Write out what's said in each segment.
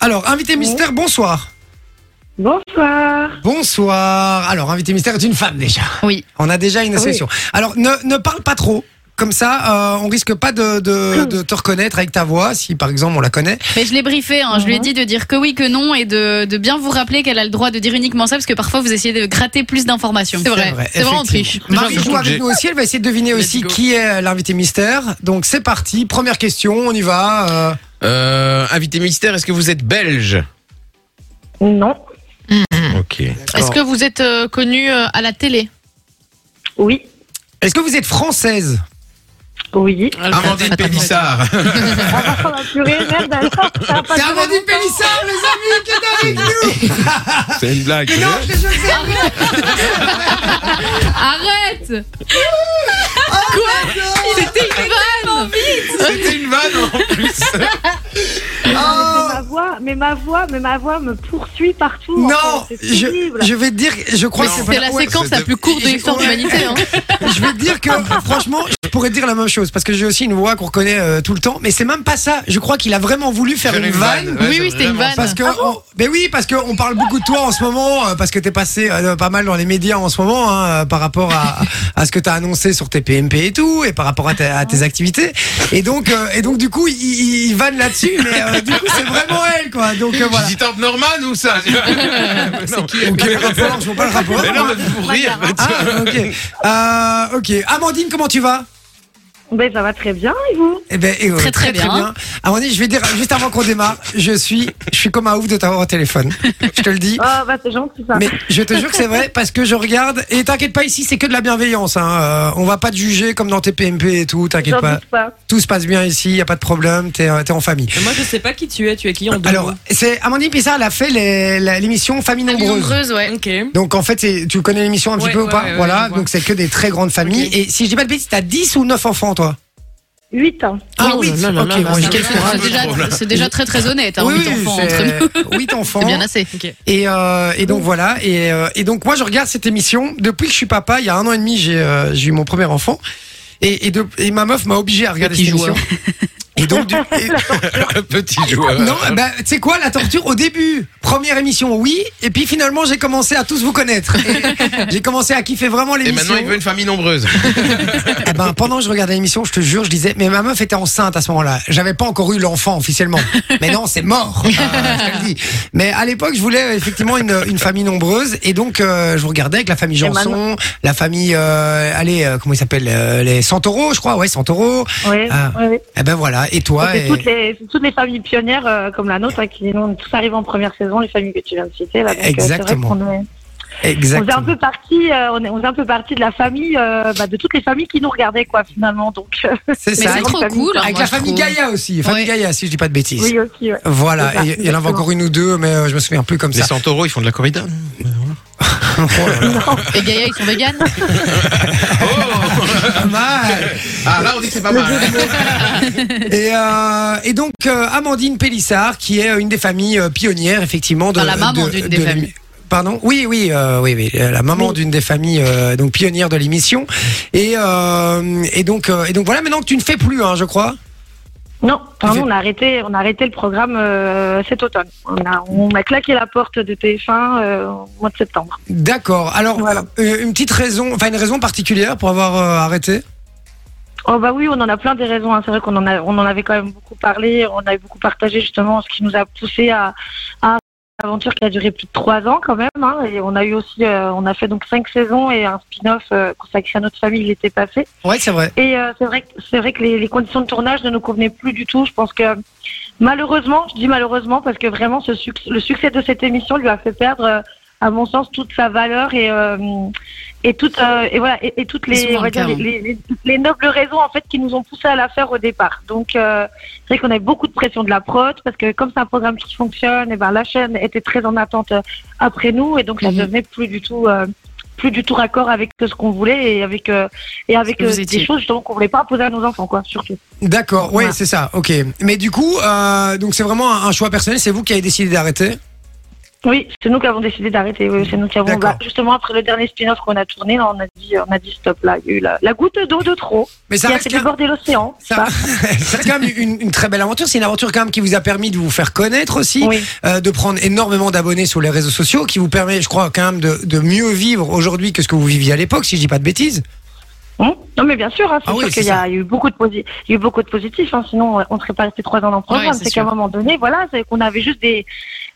Alors, invité mystère, bonsoir. Bonsoir. Bonsoir. Alors, invité mystère est une femme déjà. Oui. On a déjà une Ah Oui. association. Alors, ne, ne parle pas trop. Comme ça, euh, on risque pas de, de, de te reconnaître avec ta voix, si par exemple on la connaît. Mais je l'ai briefé, hein, je lui ai Mhm. dit de dire que oui, que non, et de, de bien vous rappeler qu'elle a le droit de dire uniquement ça, parce que parfois vous essayez de gratter plus d'informations. C'est vrai, c'est vraiment triche. effectivement. Marie joue Surtout que avec j'ai- nous aussi, elle va essayer de deviner Let's aussi go. qui est l'invité mystère. Donc c'est parti, première question, on y va. euh, Euh, invité mystère, est-ce que vous êtes belge Non. Ok. Est-ce que vous êtes euh, connu euh, à la télé Oui. Est-ce que vous êtes française Oui. Amandine Pélissard. Ah, par contre, la purée, merde, alors, ça va pas C'est durer Amandine longtemps. Pélissard, les amis, qui est avec nous C'est une blague. Mais non, je te jure que c'est vrai. Arrête C'était une vanne en plus. Oh, Mais ma voix, mais ma voix, mais ma voix me poursuit partout. Non, enfin, Oh, c'est je, terrible. je vais te dire, je crois Mais que c'est c'est pas C'est la ouais, séquence c'est la de- plus courte de l'histoire de Ouais. l'humanité. hein. Je vais te dire que franchement, je pourrais te dire la même chose parce que j'ai aussi une voix qu'on reconnaît euh, tout le temps, mais c'est même pas ça. Je crois qu'il a vraiment voulu faire, une, vanne. ouais, Oui, c'est oui, c'était une vraiment- vanne. Parce que, on- ben oui, parce qu'on parle beaucoup de toi en ce moment, euh, parce que t'es passé euh, pas mal dans les médias en ce moment, hein, euh, par rapport à, à ce que t'as annoncé sur tes PMP et tout, et par rapport à, ta- à tes activités. Et donc, euh, et donc du coup, il, il, il vanne là-dessus, mais euh, du coup, c'est vraiment elle, quoi. Donc euh, voilà. Tu dis Tante Norman ou ça Non. Ok, le rapport, je vois pas le rapport. Mais non, mais pour rire. Ah, ok. Euh, ok. Amandine, comment tu vas Ben, ça va très bien, et vous Eh ben, eh, euh, Très, très bien. Amandine, je vais dire juste avant qu'on démarre, je suis, je suis comme un ouf de t'avoir au téléphone. Je te le dis. Ah, bah, c'est gentil, ça. Mais je te jure que c'est vrai parce que je regarde et t'inquiète pas ici c'est que de la bienveillance hein. Euh, on va pas te juger comme dans tes PMP et tout t'inquiète J'en pas doute pas. tout se passe bien ici y a pas de problème t'es euh, t'es en famille Et Moi, je sais pas qui tu es. Tu es qui en deux alors mots c'est Amandine Pissard elle a fait les- la- l'émission Famille nombreuse Nombreuse, ouais. Ok. donc en fait c'est- tu connais l'émission un petit Ouais, peu ou ouais, pas ouais, ouais, voilà je vois. donc c'est que des très grandes familles Ok. et si je dis pas de bêtises t'as 10 ou 9 enfants toi 8 ans. ah Oh oui là là ok là là, bon, ça j'ai va. quelques- C'est déjà, c'est déjà très très honnête, hein, Oui, huit enfants entre nous. c'est- huit enfants. C'est bien assez. Et, euh, et donc voilà. Et, euh, et donc moi je regarde cette émission depuis que je suis papa. Il y a un an et demi, j'ai euh, j'ai eu mon premier enfant. Et, et, de- et ma meuf m'a obligé à regarder Petit cette émission. joueur. Et donc, du- et- Petit joueur. non, bah, tu sais quoi, la torture au début, première émission, oui, et puis finalement j'ai commencé à tous vous connaître. Et J'ai commencé à kiffer vraiment Et l'émission. maintenant, il veut une famille nombreuse. Eh ben, pendant que je regardais l'émission, je te jure, je disais, mais ma meuf était enceinte à ce moment-là. J'avais pas encore eu l'enfant officiellement. Mais non, c'est mort. euh, je te le dis. Mais à l'époque, je voulais euh, effectivement une, une famille nombreuse. Et donc, euh, je regardais avec la famille Janson, la famille, euh, allez, euh, comment il s'appelle euh, Les Santoro, je crois. Ouais, Santoro. Ouais, Ah. ouais, ouais. Et ben voilà. Et toi C'est et- toutes, les, c'est toutes les familles pionnières euh, comme la nôtre hein, qui nous tous arrivés en première saison, les familles que tu viens de citer. Là, donc, euh, c'est vrai Exactement. qu'on est- On faisait un Exactement. peu partie, euh, on, est, on faisait un peu partie de la famille, euh, bah, de toutes les familles qui nous regardaient quoi finalement. Donc euh, C'est Mais ça. c'est Avec, trop famille. cool. hein, moi, la je famille trouve. Gaïa aussi. Famille Ouais. Gaïa, si je dis pas de bêtises. oui aussi. ouais. Voilà, C'est ça, et il y en avait exactement. encore une ou deux, mais euh, je me souviens plus comme Les ça. Santoro, ils font de la corrida. non Oh là là. Et Gaïa, ils sont véganes Oh Pas mal. Ah, là, on dit que c'est pas mal. hein. Et, euh, et donc euh, Amandine Pélissard, qui est euh, une des familles euh, pionnières, effectivement, de Enfin, la maman de- d'une de des l'émi- familles. Pardon Oui, oui, euh, oui, oui, euh, la maman d'une des familles euh, donc pionnières de l'émission. Et, euh, et donc euh, et donc voilà, maintenant que tu ne fais plus, hein, je crois. Non, pardon, Vous- on a arrêté, on a arrêté le programme euh, cet automne. On a, on a claqué la porte de TF1 euh, au mois de septembre. D'accord. Alors Voilà. euh, une petite raison, enfin une raison particulière pour avoir euh, arrêté. Oh bah oui, on en a plein des raisons. hein. C'est vrai qu'on en a, on en avait quand même beaucoup parlé, on avait beaucoup partagé justement ce qui nous a poussé à, à une aventure qui a duré plus de trois ans quand même. hein. Et on a eu aussi, euh, on a fait donc cinq saisons et un spin-off euh, consacré à notre famille l'été passé. Ouais, c'est vrai. Et euh, c'est vrai, que- c'est vrai que les, les conditions de tournage ne nous convenaient plus du tout. Je pense que malheureusement, je dis malheureusement parce que vraiment ce succ- le succès de cette émission lui a fait perdre, euh, à mon sens, toute sa valeur et euh, et toute euh, et voilà et, et toutes Ils sont les, on va dire, les, internes. les, les- les nobles raisons en fait qui nous ont poussé à la faire au départ. Donc euh, c'est vrai qu'on avait beaucoup de pression de la prod parce que comme c'est un programme qui fonctionne, et ben la chaîne était très en attente euh, après nous et donc ça Mhm. devenait plus du tout. euh, plus du tout raccord avec ce qu'on voulait et avec euh, et avec que vous euh, des étiez. choses justement qu'on voulait pas imposer à nos enfants quoi surtout. D'accord. Ouais, Voilà. c'est ça. Ok. Mais du coup, euh, donc c'est vraiment un, un choix personnel. C'est vous qui avez décidé d'arrêter. Oui, c'est nous qui avons décidé d'arrêter. oui, c'est nous qui avons. D'accord. bah, justement, après le dernier spin-off qu'on a tourné, là, on a dit, on a dit stop. Là, il y a eu la, la goutte d'eau de trop Mais ça qui a reste fait qu'un- déborder l'océan. Ça- Bah, C'est quand même une, une très belle aventure. C'est une aventure quand même qui vous a permis de vous faire connaître aussi, Bah, Oui. euh, de prendre énormément d'abonnés sur les réseaux sociaux, qui vous permet, je crois, quand même de, de mieux vivre aujourd'hui que ce que vous viviez à l'époque, si je dis pas de bêtises. Hum non, mais bien sûr, hein, c'est Ah oui, sûr c'est qu'il y a eu beaucoup de, posi- il y a eu beaucoup de positifs. hein, sinon, euh, on serait pas resté trois ans dans le programme. Ouais, c'est c'est qu'à un sûr. moment donné, voilà, c'est qu'on avait juste des,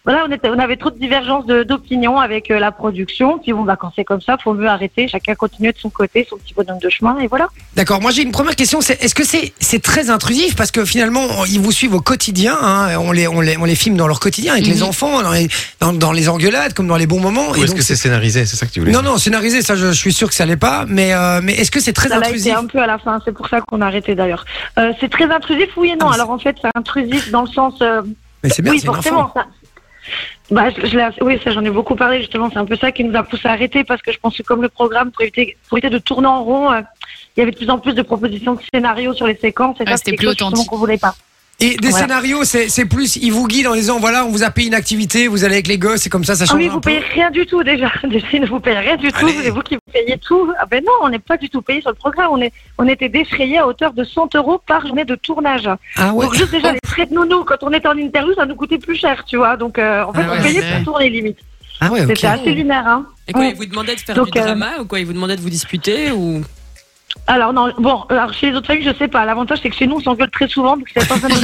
voilà, on était, on avait trop de divergences de- d'opinion avec euh, la production. Puis bon, bah, quand c'est comme ça, faut mieux arrêter. Chacun continue de son côté, son petit bonhomme de chemin, et voilà. D'accord. Moi, j'ai une première question. C'est est-ce que c'est c'est très intrusif parce que finalement, on- ils vous suivent au quotidien. hein, on les on les on les filme dans leur quotidien avec les Mhm. enfants, dans les, dans, dans les engueulades, comme dans les bons moments. Ou Et est-ce donc, que c'est scénarisé C'est ça que tu voulais non dire non scénarisé, ça je, je suis sûr que ça l'est pas. Mais euh, mais est-ce que c'est très Ça l'a été intrusif un peu à la fin. C'est pour ça qu'on a arrêté d'ailleurs. Euh, c'est très intrusif, oui et Ah, non. mais Alors en fait, c'est intrusif dans le sens. euh, Mais c'est bien, oui, c'est une info. forcément. ça- Bah, je, je l'ai- oui, ça j'en ai beaucoup parlé justement. C'est un peu ça qui nous a poussé à arrêter parce que je pense que comme le programme pour éviter, pour éviter de tourner en rond, euh, il y avait de plus en plus de propositions de scénarios sur les séquences. Et Ouais, ça, Ah, c'était c'est plus quelque chose, justement, authentique. qu'on voulait pas. Et des Voilà. scénarios, c'est c'est plus, ils vous guident en disant voilà, on vous a payé une activité, vous allez avec les gosses, c'est comme ça, ça Ah change oui, un vous peu. payez rien du tout déjà. Déjà, ils ne vous payez rien du tout. Allez. C'est vous qui payez tout. Ah ben non, on n'est pas du tout payé sur le programme. On est, on était défrayé à hauteur de 100 euros par journée de tournage. Ah ouais. Donc juste déjà les frais de nounou quand on était en interview, ça nous coûtait plus cher, tu vois. Donc euh, en fait, Ah on ouais, payait ouais. pour tourner limite. Ah ouais. ok. C'était assez lunaire. Hein. Et quoi, Oui. ils vous demandaient de faire Donc, du euh, drama ou quoi Ils vous demandaient de vous disputer ou Alors non, bon, euh, alors chez les autres familles, je sais pas. L'avantage c'est que chez nous, on s'engueule très souvent, donc c'est pas vraiment.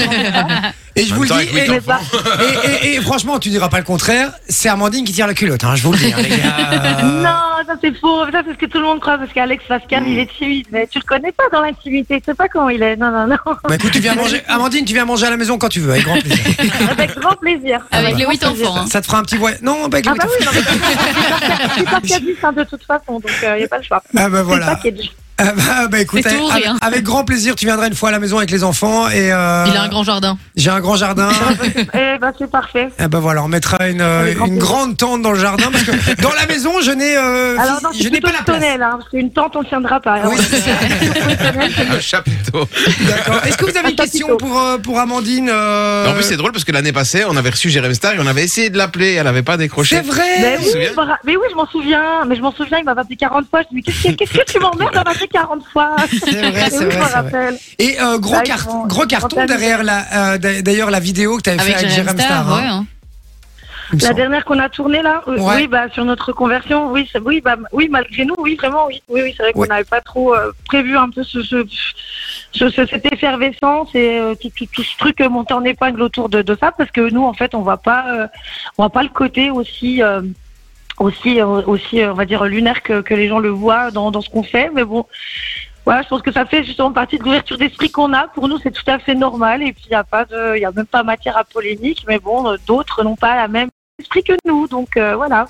Et je En vous le même dis. temps, avec huit Et, mais pas. et- et- et franchement, tu diras pas le contraire. C'est Amandine qui tire la culotte. hein, je vous le dis. hein, les gars. Non, ça c'est faux. Ça c'est ce que tout le monde croit parce qu'Alex Pascal, il est timide, mais tu le connais pas dans l'intimité. Tu sais pas comment il est. Non, non, non. Bah écoute, tu viens manger. Amandine, tu viens manger à la maison quand tu veux, avec grand plaisir. Avec grand plaisir. Avec bah. les huit enfants. hein. Ça te fera un petit voyage. Non, bah, avec Ah le- bah oui, non, mais c'est sarcastique hein, de toute façon, donc il n'y a pas le choix. Ah bah C'est voilà. ça qui est dur. Ah bah, bah, écoute, C'est avec, tout ou avec- rien. avec grand plaisir, tu viendras une fois à la maison avec les enfants et euh, Il a un grand jardin. j'ai un grand jardin. Eh ben c'est parfait. Eh ben voilà, on mettra une, euh, Avec grand une plaisir. grande tente dans le jardin parce que dans la maison, je n'ai euh, Alors, phys- non, je c'est n'ai plutôt pas la le place. tonnel, hein, parce qu'une tente, on ne tiendra pas. Alors, Oui, euh, Un chat plutôt. D'accord. Est-ce que vous avez une Un question chapiteau. pour euh, pour Amandine euh, En plus, c'est drôle parce que l'année passée, on avait reçu Jérémy Star et on avait essayé de l'appeler. Elle avait pas C'est décroché. Mais vrai. te Ben oui, souviens je me ra- mais oui, je m'en souviens, mais je m'en souviens, il m'a appelé 40 fois. Je lui ai dit, qu'est-ce que- qu'est-ce que tu m'emmerdes à m'appeler 40 fois C'est vrai, Mais c'est vrai, oui, je me c'est vrai. rappelle. Et euh, gros, Bah, ils cart- vont- gros ils vont carton t'amuser. derrière la euh, d'a- d'ailleurs la vidéo que tu avais fait Avec avec Jérém Jérém Star. Star, ouais. hein, hein. il me La semble. dernière qu'on a tournée, là, euh, Ouais. oui, bah, sur notre conversion, oui, c'est- oui, bah, oui, malgré nous, oui, vraiment, oui, oui, oui, c'est vrai qu'on Ouais. n'avait pas trop euh, prévu un peu ce, ce, ce- ce- cette effervescence et euh, tout, tout- tout ce truc euh, monté en épingle autour de, de ça, parce que nous, en fait, on voit pas, euh, on voit pas le côté aussi. euh, aussi, euh, aussi, euh, on va dire lunaire que, que les gens le voient dans, dans ce qu'on fait, mais bon, voilà, je pense que ça fait justement partie de l'ouverture d'esprit qu'on a. Pour nous, c'est tout à fait normal, et puis il n'y a pas de, il y a même pas matière à polémique, mais bon, euh, d'autres n'ont pas la même esprit que nous. Donc euh, voilà,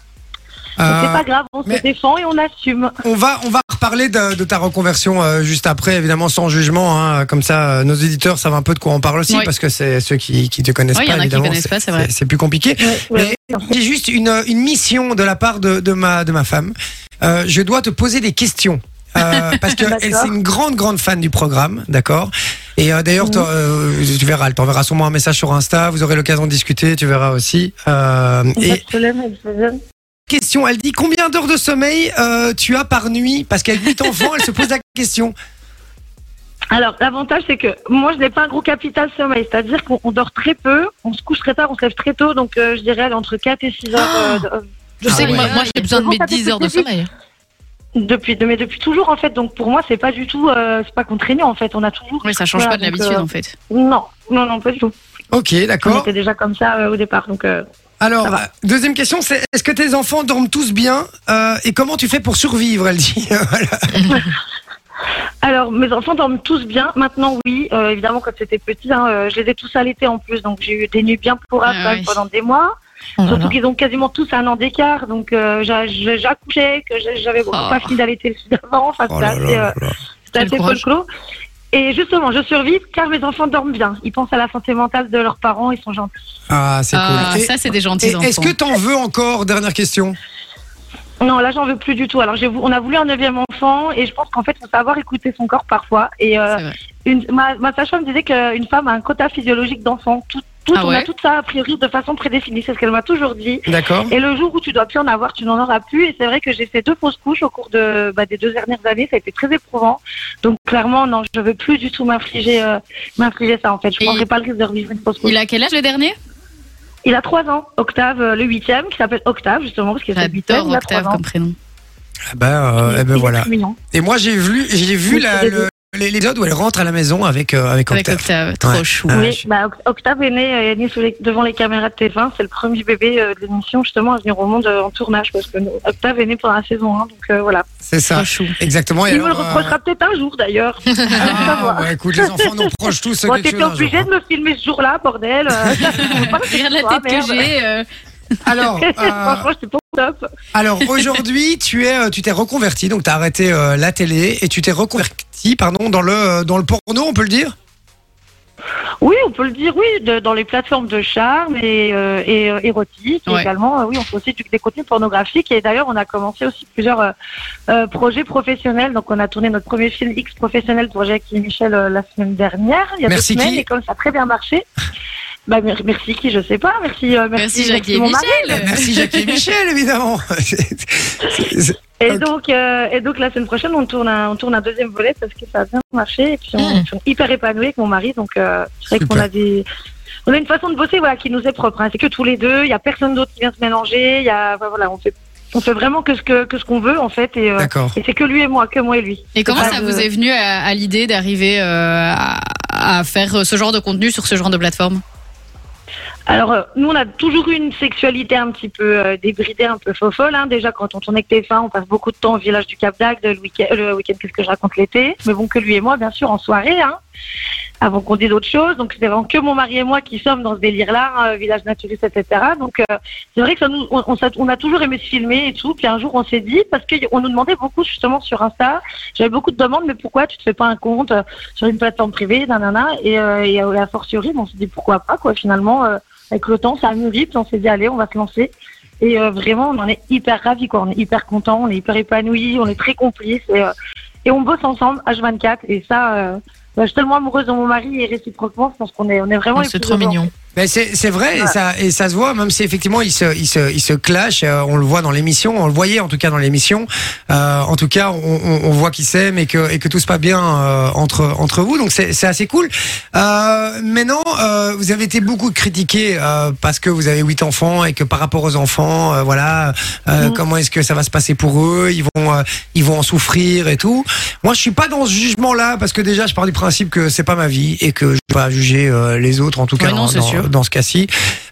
Donc, Euh, c'est pas grave, on mais- se défend et on assume. on va on va reparler de, de ta reconversion euh, juste après, évidemment sans jugement. hein. comme ça, euh, nos éditeurs savent un peu de quoi on parle aussi Ouais. parce que c'est ceux qui qui te connaissent Ouais, il y pas en a qui évidemment. connaissent pas, c'est vrai. c'est- C'est plus compliqué. Ouais, Mais J'ai juste une, une mission de la part de, de, ma, de ma femme. Euh, je dois te poser des questions. Euh, parce que D'accord. elle c'est une grande grande fan du programme, d'accord. Et euh, d'ailleurs, toi, euh, tu verras, elle t'enverra sûrement un message sur Insta. Vous aurez l'occasion de discuter, tu verras aussi. Euh, et question, elle dit combien d'heures de sommeil euh, tu as par nuit Parce qu'avec 8 enfants, elle se pose la question. Alors l'avantage c'est que moi je n'ai pas un gros capital sommeil, c'est-à-dire qu'on on dort très peu, on se couche très tard, on se lève très tôt, donc euh, je dirais entre 4 et 6 heures euh, de- euh, Je Ah sais que ouais. moi, moi, j'ai besoin de mes Ça fait 10 heures de depuis le sommeil. depuis, de- mais depuis toujours en fait. Donc pour moi c'est pas du tout, euh, c'est pas contraignant en fait. On a toujours. Oui, ça change Voilà, pas de donc, l'habitude euh, en fait. Non, non, non, pas du tout. Ok, On d'accord. était déjà comme ça euh, au départ, donc. euh, Alors, Ça va. deuxième question, c'est est-ce que tes enfants dorment tous bien Euh, Et comment tu fais pour survivre Elle dit. Voilà. Alors, mes enfants dorment tous bien. Maintenant, oui, euh, évidemment, quand c'était petit, hein, euh, je les ai tous allaités en plus, donc j'ai eu des nuits bien pourrables Ah quand même oui. pendant des mois. Oh là Surtout là. qu'ils ont quasiment tous un an d'écart, donc euh, j'a- j'a- j'accouchais, que j'a- j'avais Oh. pas fini d'allaiter le fils d'avant. Enfin, Oh c'était là là assez, euh, là là. c'était Quel assez courage. folklore. Et justement, je survis car mes enfants dorment bien. Ils pensent à la santé mentale de leurs parents, ils sont gentils. Ah, c'est Ah, cool. Et- ça, c'est des Et gentils enfants. Est-ce que t'en veux encore Dernière question. Non, là, j'en veux plus du tout. Alors, j'ai vou- on a voulu un neuvième enfant, et je pense qu'en fait, faut savoir écouter son corps parfois. Et euh, C'est vrai. Une, ma, ma sage-femme disait qu'une femme a un quota physiologique d'enfants. Tout, Toutes, Ah On ouais a tout ça a priori de façon prédéfinie, c'est ce qu'elle m'a toujours dit. D'accord. Et le jour où tu dois plus en avoir, tu n'en auras plus. Et c'est vrai que j'ai fait deux fausses couches au cours de, bah, des deux dernières années. Ça a été très éprouvant. Donc clairement, non, je veux plus du tout m'infliger, euh, m'infliger ça en fait. Je Et prendrai pas le risque de revivre une fausse couche. Il a quel âge le dernier Il a trois ans, Octave, euh, le huitième, qui s'appelle Octave justement parce qu'il est huitième. J'adore Il a trois Octave ans. comme prénom. Ah ben, euh, eh ben Il est voilà. très mignon. Et moi, j'ai vu, j'ai vu la- le- l'épisode où elle rentre à la maison avec, euh, avec Avec Octave. Octave, trop Ouais. chou. Ah, Oui, je- bah, Oct- Octave est né, euh, est né sous les- devant les caméras de TF1. C'est le premier bébé euh, de l'émission justement à venir au monde euh, en tournage parce que nous- Octave est né pendant la saison 1. Donc euh, voilà. C'est ça. Trop chou. Exactement. Et Il me le alors, euh, reprochera peut-être un jour d'ailleurs. ah, ouais, écoute, les enfants nous reprochent tous Bon, quelque chose. t'étais un jour, obligé hein. de me filmer ce jour-là, bordel. Euh, Regarde la Ah, tête merde. que j'ai. euh, Alors, euh, Franchement, c'est pas top. Alors aujourd'hui, tu es, euh, tu t'es reconverti, donc tu as arrêté euh, la télé et tu t'es reconverti, pardon, dans le euh, dans le porno, on peut le dire. Oui, on peut le dire, oui, de- dans les plateformes de charme et, euh, et euh, érotique et Ouais. également. euh, oui, on fait aussi du- des contenus pornographiques et d'ailleurs, on a commencé aussi plusieurs euh, euh, projets professionnels. Donc, on a tourné notre premier film X professionnel pour Jacques et Michel euh, la semaine dernière, il y a Merci deux semaines, qui et comme ça a très bien marché. Bah, mer- merci qui, je sais pas. Merci, euh, merci, Merci Jackie et mon mari. Michel. Merci Jackie et Michel, évidemment. C'est- c'est- c'est- Et Ok. donc, euh, et donc la semaine prochaine, on tourne un, on tourne un deuxième volet parce que ça a bien marché et puis on, Mm. on est hyper épanouis avec mon mari. Donc, euh, c'est vrai Hmm. Super. qu'on a des, on a une façon de bosser voilà qui nous est propre. hein. C'est que tous les deux, il y a personne d'autre qui vient se mélanger. Il y a, enfin, voilà, on fait, on fait vraiment que ce que, que ce qu'on veut en fait et, euh, D'accord. et c'est que lui et moi, que moi et lui. Et comment Ah, ça je- vous est venu à, à l'idée d'arriver euh, à, à faire ce genre de contenu sur ce genre de plateforme Alors, euh, nous, on a toujours eu une sexualité un petit peu euh, débridée, un peu fofolle. Hein. Déjà, quand on tournait avec TF1, on passe beaucoup de temps au village du Cap d'Agde, le week-end, le week-end, qu'est-ce que je raconte l'été Mais bon, que lui et moi, bien sûr, en soirée, hein, avant qu'on dise autre chose. Donc, c'est vraiment que mon mari et moi qui sommes dans ce délire-là, hein, village naturiste, etc. Donc, euh, c'est vrai que ça nous, on, on s'a- on a toujours aimé se filmer et tout. Puis un jour, on s'est dit, parce qu'on nous demandait beaucoup, justement, sur Insta, j'avais beaucoup de demandes, mais pourquoi tu te fais pas un compte euh, sur une plateforme privée, nanana Et, euh, et euh, a fortiori, bon, on s'est dit, pourquoi pas, quoi, finalement euh, avec le temps, ça a mûri, puis on s'est dit allez, on va se lancer. Et euh, vraiment, on en est hyper ravis, quoi. On est hyper contents, on est hyper épanouis, on est très complices et, euh, et on bosse ensemble H24. Et ça, euh, bah, je suis tellement amoureuse de mon mari et réciproquement, je pense qu'on est, on est vraiment. Oh, les C'est plus trop heureux. mignon. Mais Ben, c'est c'est vrai et ça et ça se voit, même si effectivement ils se ils se ils se clashent. euh, on le voit dans l'émission, on le voyait en tout cas dans l'émission. Euh, en tout cas, on, on, on voit qu'ils s'aiment et que et que tout se passe bien euh, entre entre vous. Donc c'est c'est assez cool. Euh, maintenant, euh, vous avez été beaucoup critiqué euh, parce que vous avez huit enfants et que par rapport aux enfants, euh, voilà, euh, Mm. Mhm. comment est-ce que ça va se passer pour eux Ils vont euh, ils vont en souffrir et tout. Moi, je suis pas dans ce jugement-là parce que déjà, je pars du principe que c'est pas ma vie et que je vais pas juger euh, les autres en tout cas Ouais, non, dans, c'est dans- sûr. dans ce cas-ci.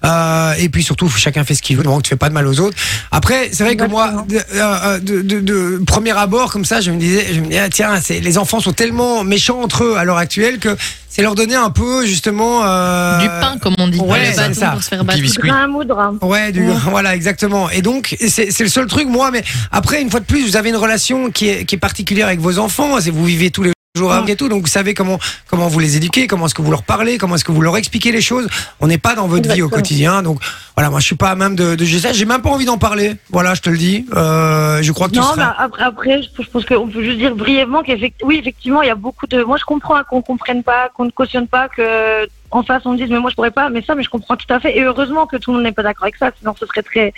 Euh, et puis surtout, chacun fait ce qu'il veut, du moment que tu fais pas de mal aux autres. Après, c'est vrai que moi, de, euh, de, de- de premier abord comme ça, je me disais, je me disais, ah, tiens, c'est- les enfants sont tellement méchants entre eux à l'heure actuelle que c'est leur donner un peu justement euh, Du pain, comme on dit. ouais, Le c'est bâton ça. pour se faire Petit battre. biscuit. Grain à moudre. hein. Ouais, du, voilà, exactement. Et donc, c'est c'est le seul truc, moi, mais après, une fois de plus, vous avez une relation qui est, qui est particulière avec vos enfants, c'est- vous vivez tous les jours avec et tout, donc vous savez comment, comment vous les éduquez, comment est-ce que vous leur parlez, comment est-ce que vous leur expliquez les choses. On n'est pas dans votre vie au Exactement. quotidien, donc voilà, moi, je suis pas à même de, de juger ça, j'ai même pas envie d'en parler. Voilà, je te le dis, euh, je crois que tu Non, seras. bah, après, après, je je pense qu'on peut juste dire brièvement qu'effectivement, oui, effectivement, il y a beaucoup de. Moi, je comprends hein, qu'on comprenne pas, qu'on ne cautionne pas, que en face on dise mais moi je pourrais pas, mais ça, mais je comprends tout à fait. Et heureusement que tout le monde n'est pas d'accord avec ça, sinon ce serait très.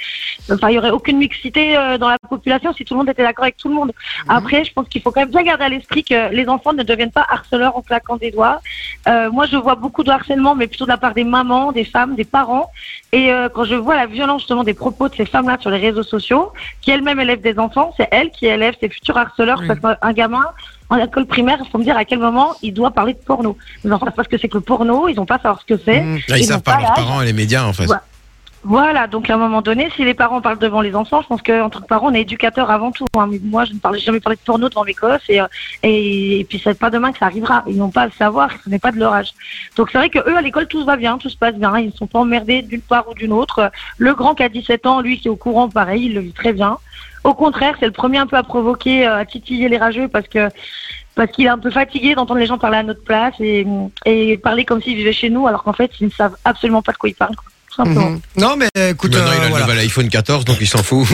Enfin, il y aurait aucune mixité euh, dans la population si tout le monde était d'accord avec tout le monde. Mhm. Après, je pense qu'il faut quand même bien garder à l'esprit que les enfants ne deviennent pas harceleurs en claquant des doigts. Euh, moi, je vois beaucoup de harcèlement, mais plutôt de la part des mamans, des femmes, des parents. Et euh, quand je vois la violence justement des propos de ces femmes-là sur les réseaux sociaux, qui elle-même élève des enfants, c'est elle qui élève ses futurs harceleurs. Oui. Parce qu'un gamin en école primaire, il faut me dire à quel moment il doit parler de porno. Ils n'ont pas ce que c'est que le porno, ils n'ont pas savoir ce que c'est. Mmh. Là, ils Ils savent ont pas pas leurs l'âge. parents et les médias en fait. Ouais. Voilà, donc à un moment donné, si les parents parlent devant les enfants, je pense qu'en tant que parents, on est éducateur avant tout. hein. Mais Moi, je ne parlais jamais parlé de porno devant mes gosses et, euh, et, et puis c'est pas demain que ça arrivera. Ils n'ont pas à le savoir, ce n'est pas de leur âge. Donc c'est vrai que eux, à l'école, tout se va bien, tout se passe bien. Ils ne sont pas emmerdés d'une part ou d'une autre. Le grand qui a 17 ans, lui qui est au courant, pareil, il le vit très bien. Au contraire, c'est le premier un peu à provoquer, euh, à titiller les rageux parce que parce qu'il est un peu fatigué d'entendre les gens parler à notre place et, et parler comme s'ils vivaient chez nous alors qu'en fait, ils ne savent absolument pas de quoi ils parlent. quoi, tout tout simplement. Mhm. Non, mais écoute, Maintenant, euh, il a voilà. le nouvel iPhone 14, donc il s'en fout.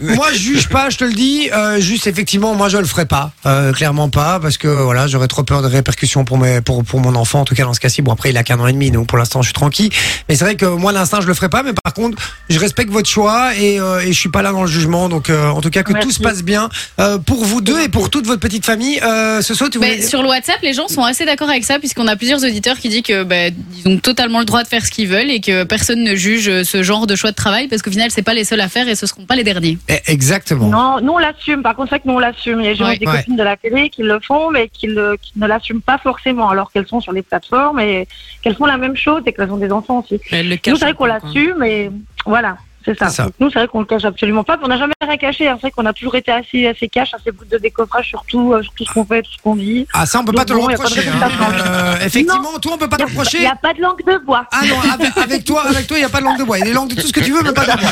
moi je juge pas, je te le dis. euh, juste effectivement, moi je le ferai pas, Euh, clairement pas, parce que voilà, j'aurais trop peur de répercussions pour mes, pour pour mon enfant. En tout cas dans ce cas-ci, bon après il a qu'un an et demi, donc pour l'instant je suis tranquille. Mais c'est vrai que moi l'instinct je le ferai pas, mais par contre je respecte votre choix et, euh, et je suis pas là dans le jugement. Donc euh, en tout cas que tout Merci. se passe bien euh, pour vous deux et pour toute votre petite famille. Euh, ce soir tu voulais... Mais sur le WhatsApp, les gens sont assez d'accord avec ça, puisqu'on a plusieurs auditeurs qui disent que bah, ils ont totalement le droit de faire ce qu'ils veulent et que personne ne juge ce genre de choix de travail, parce qu'au final, c'est pas les seuls à faire et ce seront pas les derniers. Eh, Exactement. Non, nous on l'assume. Par contre, c'est vrai que nous on l'assume. Il y a Ouais. des Ouais. copines de la télé qui le font, mais qui, le- qui ne l'assument pas forcément, alors qu'elles sont sur les plateformes et qu'elles font la même chose et qu'elles ont des enfants aussi. Elle euh, le cache Nous, c'est vrai qu'on encore, hein. l'assume et voilà. C'est ça. C'est ça. Donc, Nous, c'est vrai qu'on le cache absolument pas. puis On n'a jamais rien caché. hein. C'est vrai qu'on a toujours été assez, assez cash, assez brut de décoffrage sur tout, euh, sur tout ce qu'on fait, tout ce qu'on dit. Ah ça on peut pas Donc, te le bon, y a pas de reprocher. hein. résultat. Euh, effectivement, toi on peut pas te Il reprocher. n'y a pas de langue de bois. Ah non, avec, avec toi, avec toi, il n'y a pas de langue de bois. Il y a des langues de tout ce que tu veux, mais pas de la bois.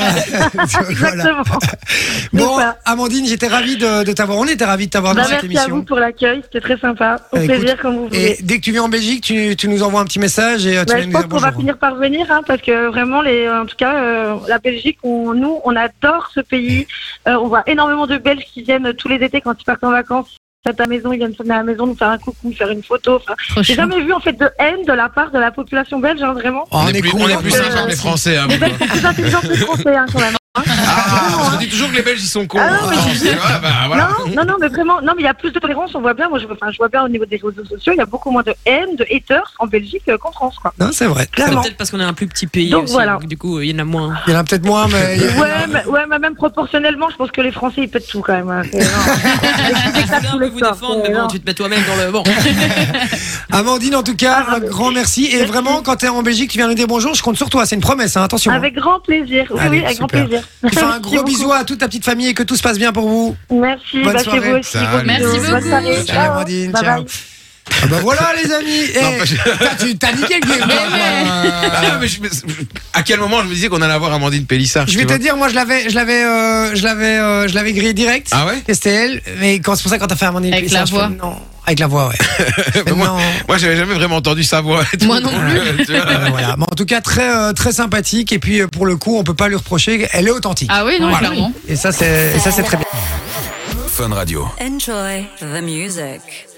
Euh, voilà. Exactement. Bon, Voilà. Amandine, j'étais ravi de, de t'avoir. On était ravis de t'avoir Bah, dans cette merci à vous émission. pour l'accueil. C'était très sympa. Au Euh, écoute, plaisir, comme vous voulez. Et dès que tu viens en Belgique, tu, tu nous envoies un petit message et euh, tu viens Bah, je nous dire pense qu'on va bonjour. finir par venir, hein, parce que vraiment, les, en tout cas, euh, la Belgique, on, nous, on adore ce pays. Euh, on voit énormément de Belges qui viennent tous les étés quand ils partent en vacances. À ta maison, ils viennent sonner à la maison, nous faire un coucou, faire une photo. Enfin, Trop J'ai chou. jamais vu en fait de haine de la part de la population belge, hein, vraiment. Oh, on, est plus, cool. on est plus euh, sympa que les Français. hein, Les beaucoup. Belges sont plus intelligents que les Français, hein, quand même. Ah, on dit toujours que les Belges ils sont cons. Ah, non, mais Ah, c'est- ouais, bah, voilà. Non, non, non, mais vraiment, non, mais il y a plus de tolérance. On voit bien, moi, je, enfin, je vois bien au niveau des réseaux sociaux, il y a beaucoup moins de haine, de haters en Belgique euh, qu'en France, quoi. Non, c'est vrai. C'est Clairement. peut-être parce qu'on est un plus petit pays. Donc aussi, voilà. Du coup, euh, il y en a moins. Il y en a peut-être moins, mais. il y a- Ouais, mais, ouais, mais même proportionnellement, je pense que les Français, ils pètent tout quand même. hein. C'est- non. Je veux bien tous les vous soirs, défendre, c'est mais bon, énorme. tu te mets toi-même dans le. Bon. Amandine, en tout cas, Ah, un grand merci. Et merci. vraiment, quand tu es en Belgique, tu viens nous dire bonjour. Je compte sur toi. C'est une promesse, hein, attention. Avec grand plaisir. Oui, Allez, oui, avec grand super. plaisir. Tu fais un Merci gros beaucoup. bisou à toute ta petite famille et que tout se passe bien pour vous. Merci, Bonne bah, c'est soirée. vous aussi. Salut. gros Merci bisous. beaucoup. Bonne soirée. Ciao, Ciao, Amandine. Bye Ciao. bye. Ah bah voilà, les amis. Eh, parce t'as- tu t'as niqué le game. Mais Eh ouais. Ah, non, mais je- mais- je- à quel moment je me disais qu'on allait avoir Amandine Pélissard Je tu vais te vois dire, moi je l'avais, je l'avais, euh, je l'avais, euh, je l'avais grillé direct. Ah ouais Que C'était elle, mais quand c'est pour ça que quand t'as fait Amandine Avec Pélissard, la je voix. fais, non, avec la voix, ouais. Je fais, Mais moi- non. Moi, j'avais jamais vraiment entendu sa voix. Moi non plus. Euh, voilà. Mais en tout cas, très, euh, très sympathique. Et puis euh, pour le coup, on peut pas lui reprocher. Elle est authentique. Ah oui, non, Voilà. clairement. Et ça, c'est, et ça, c'est très bien. Enjoy the music.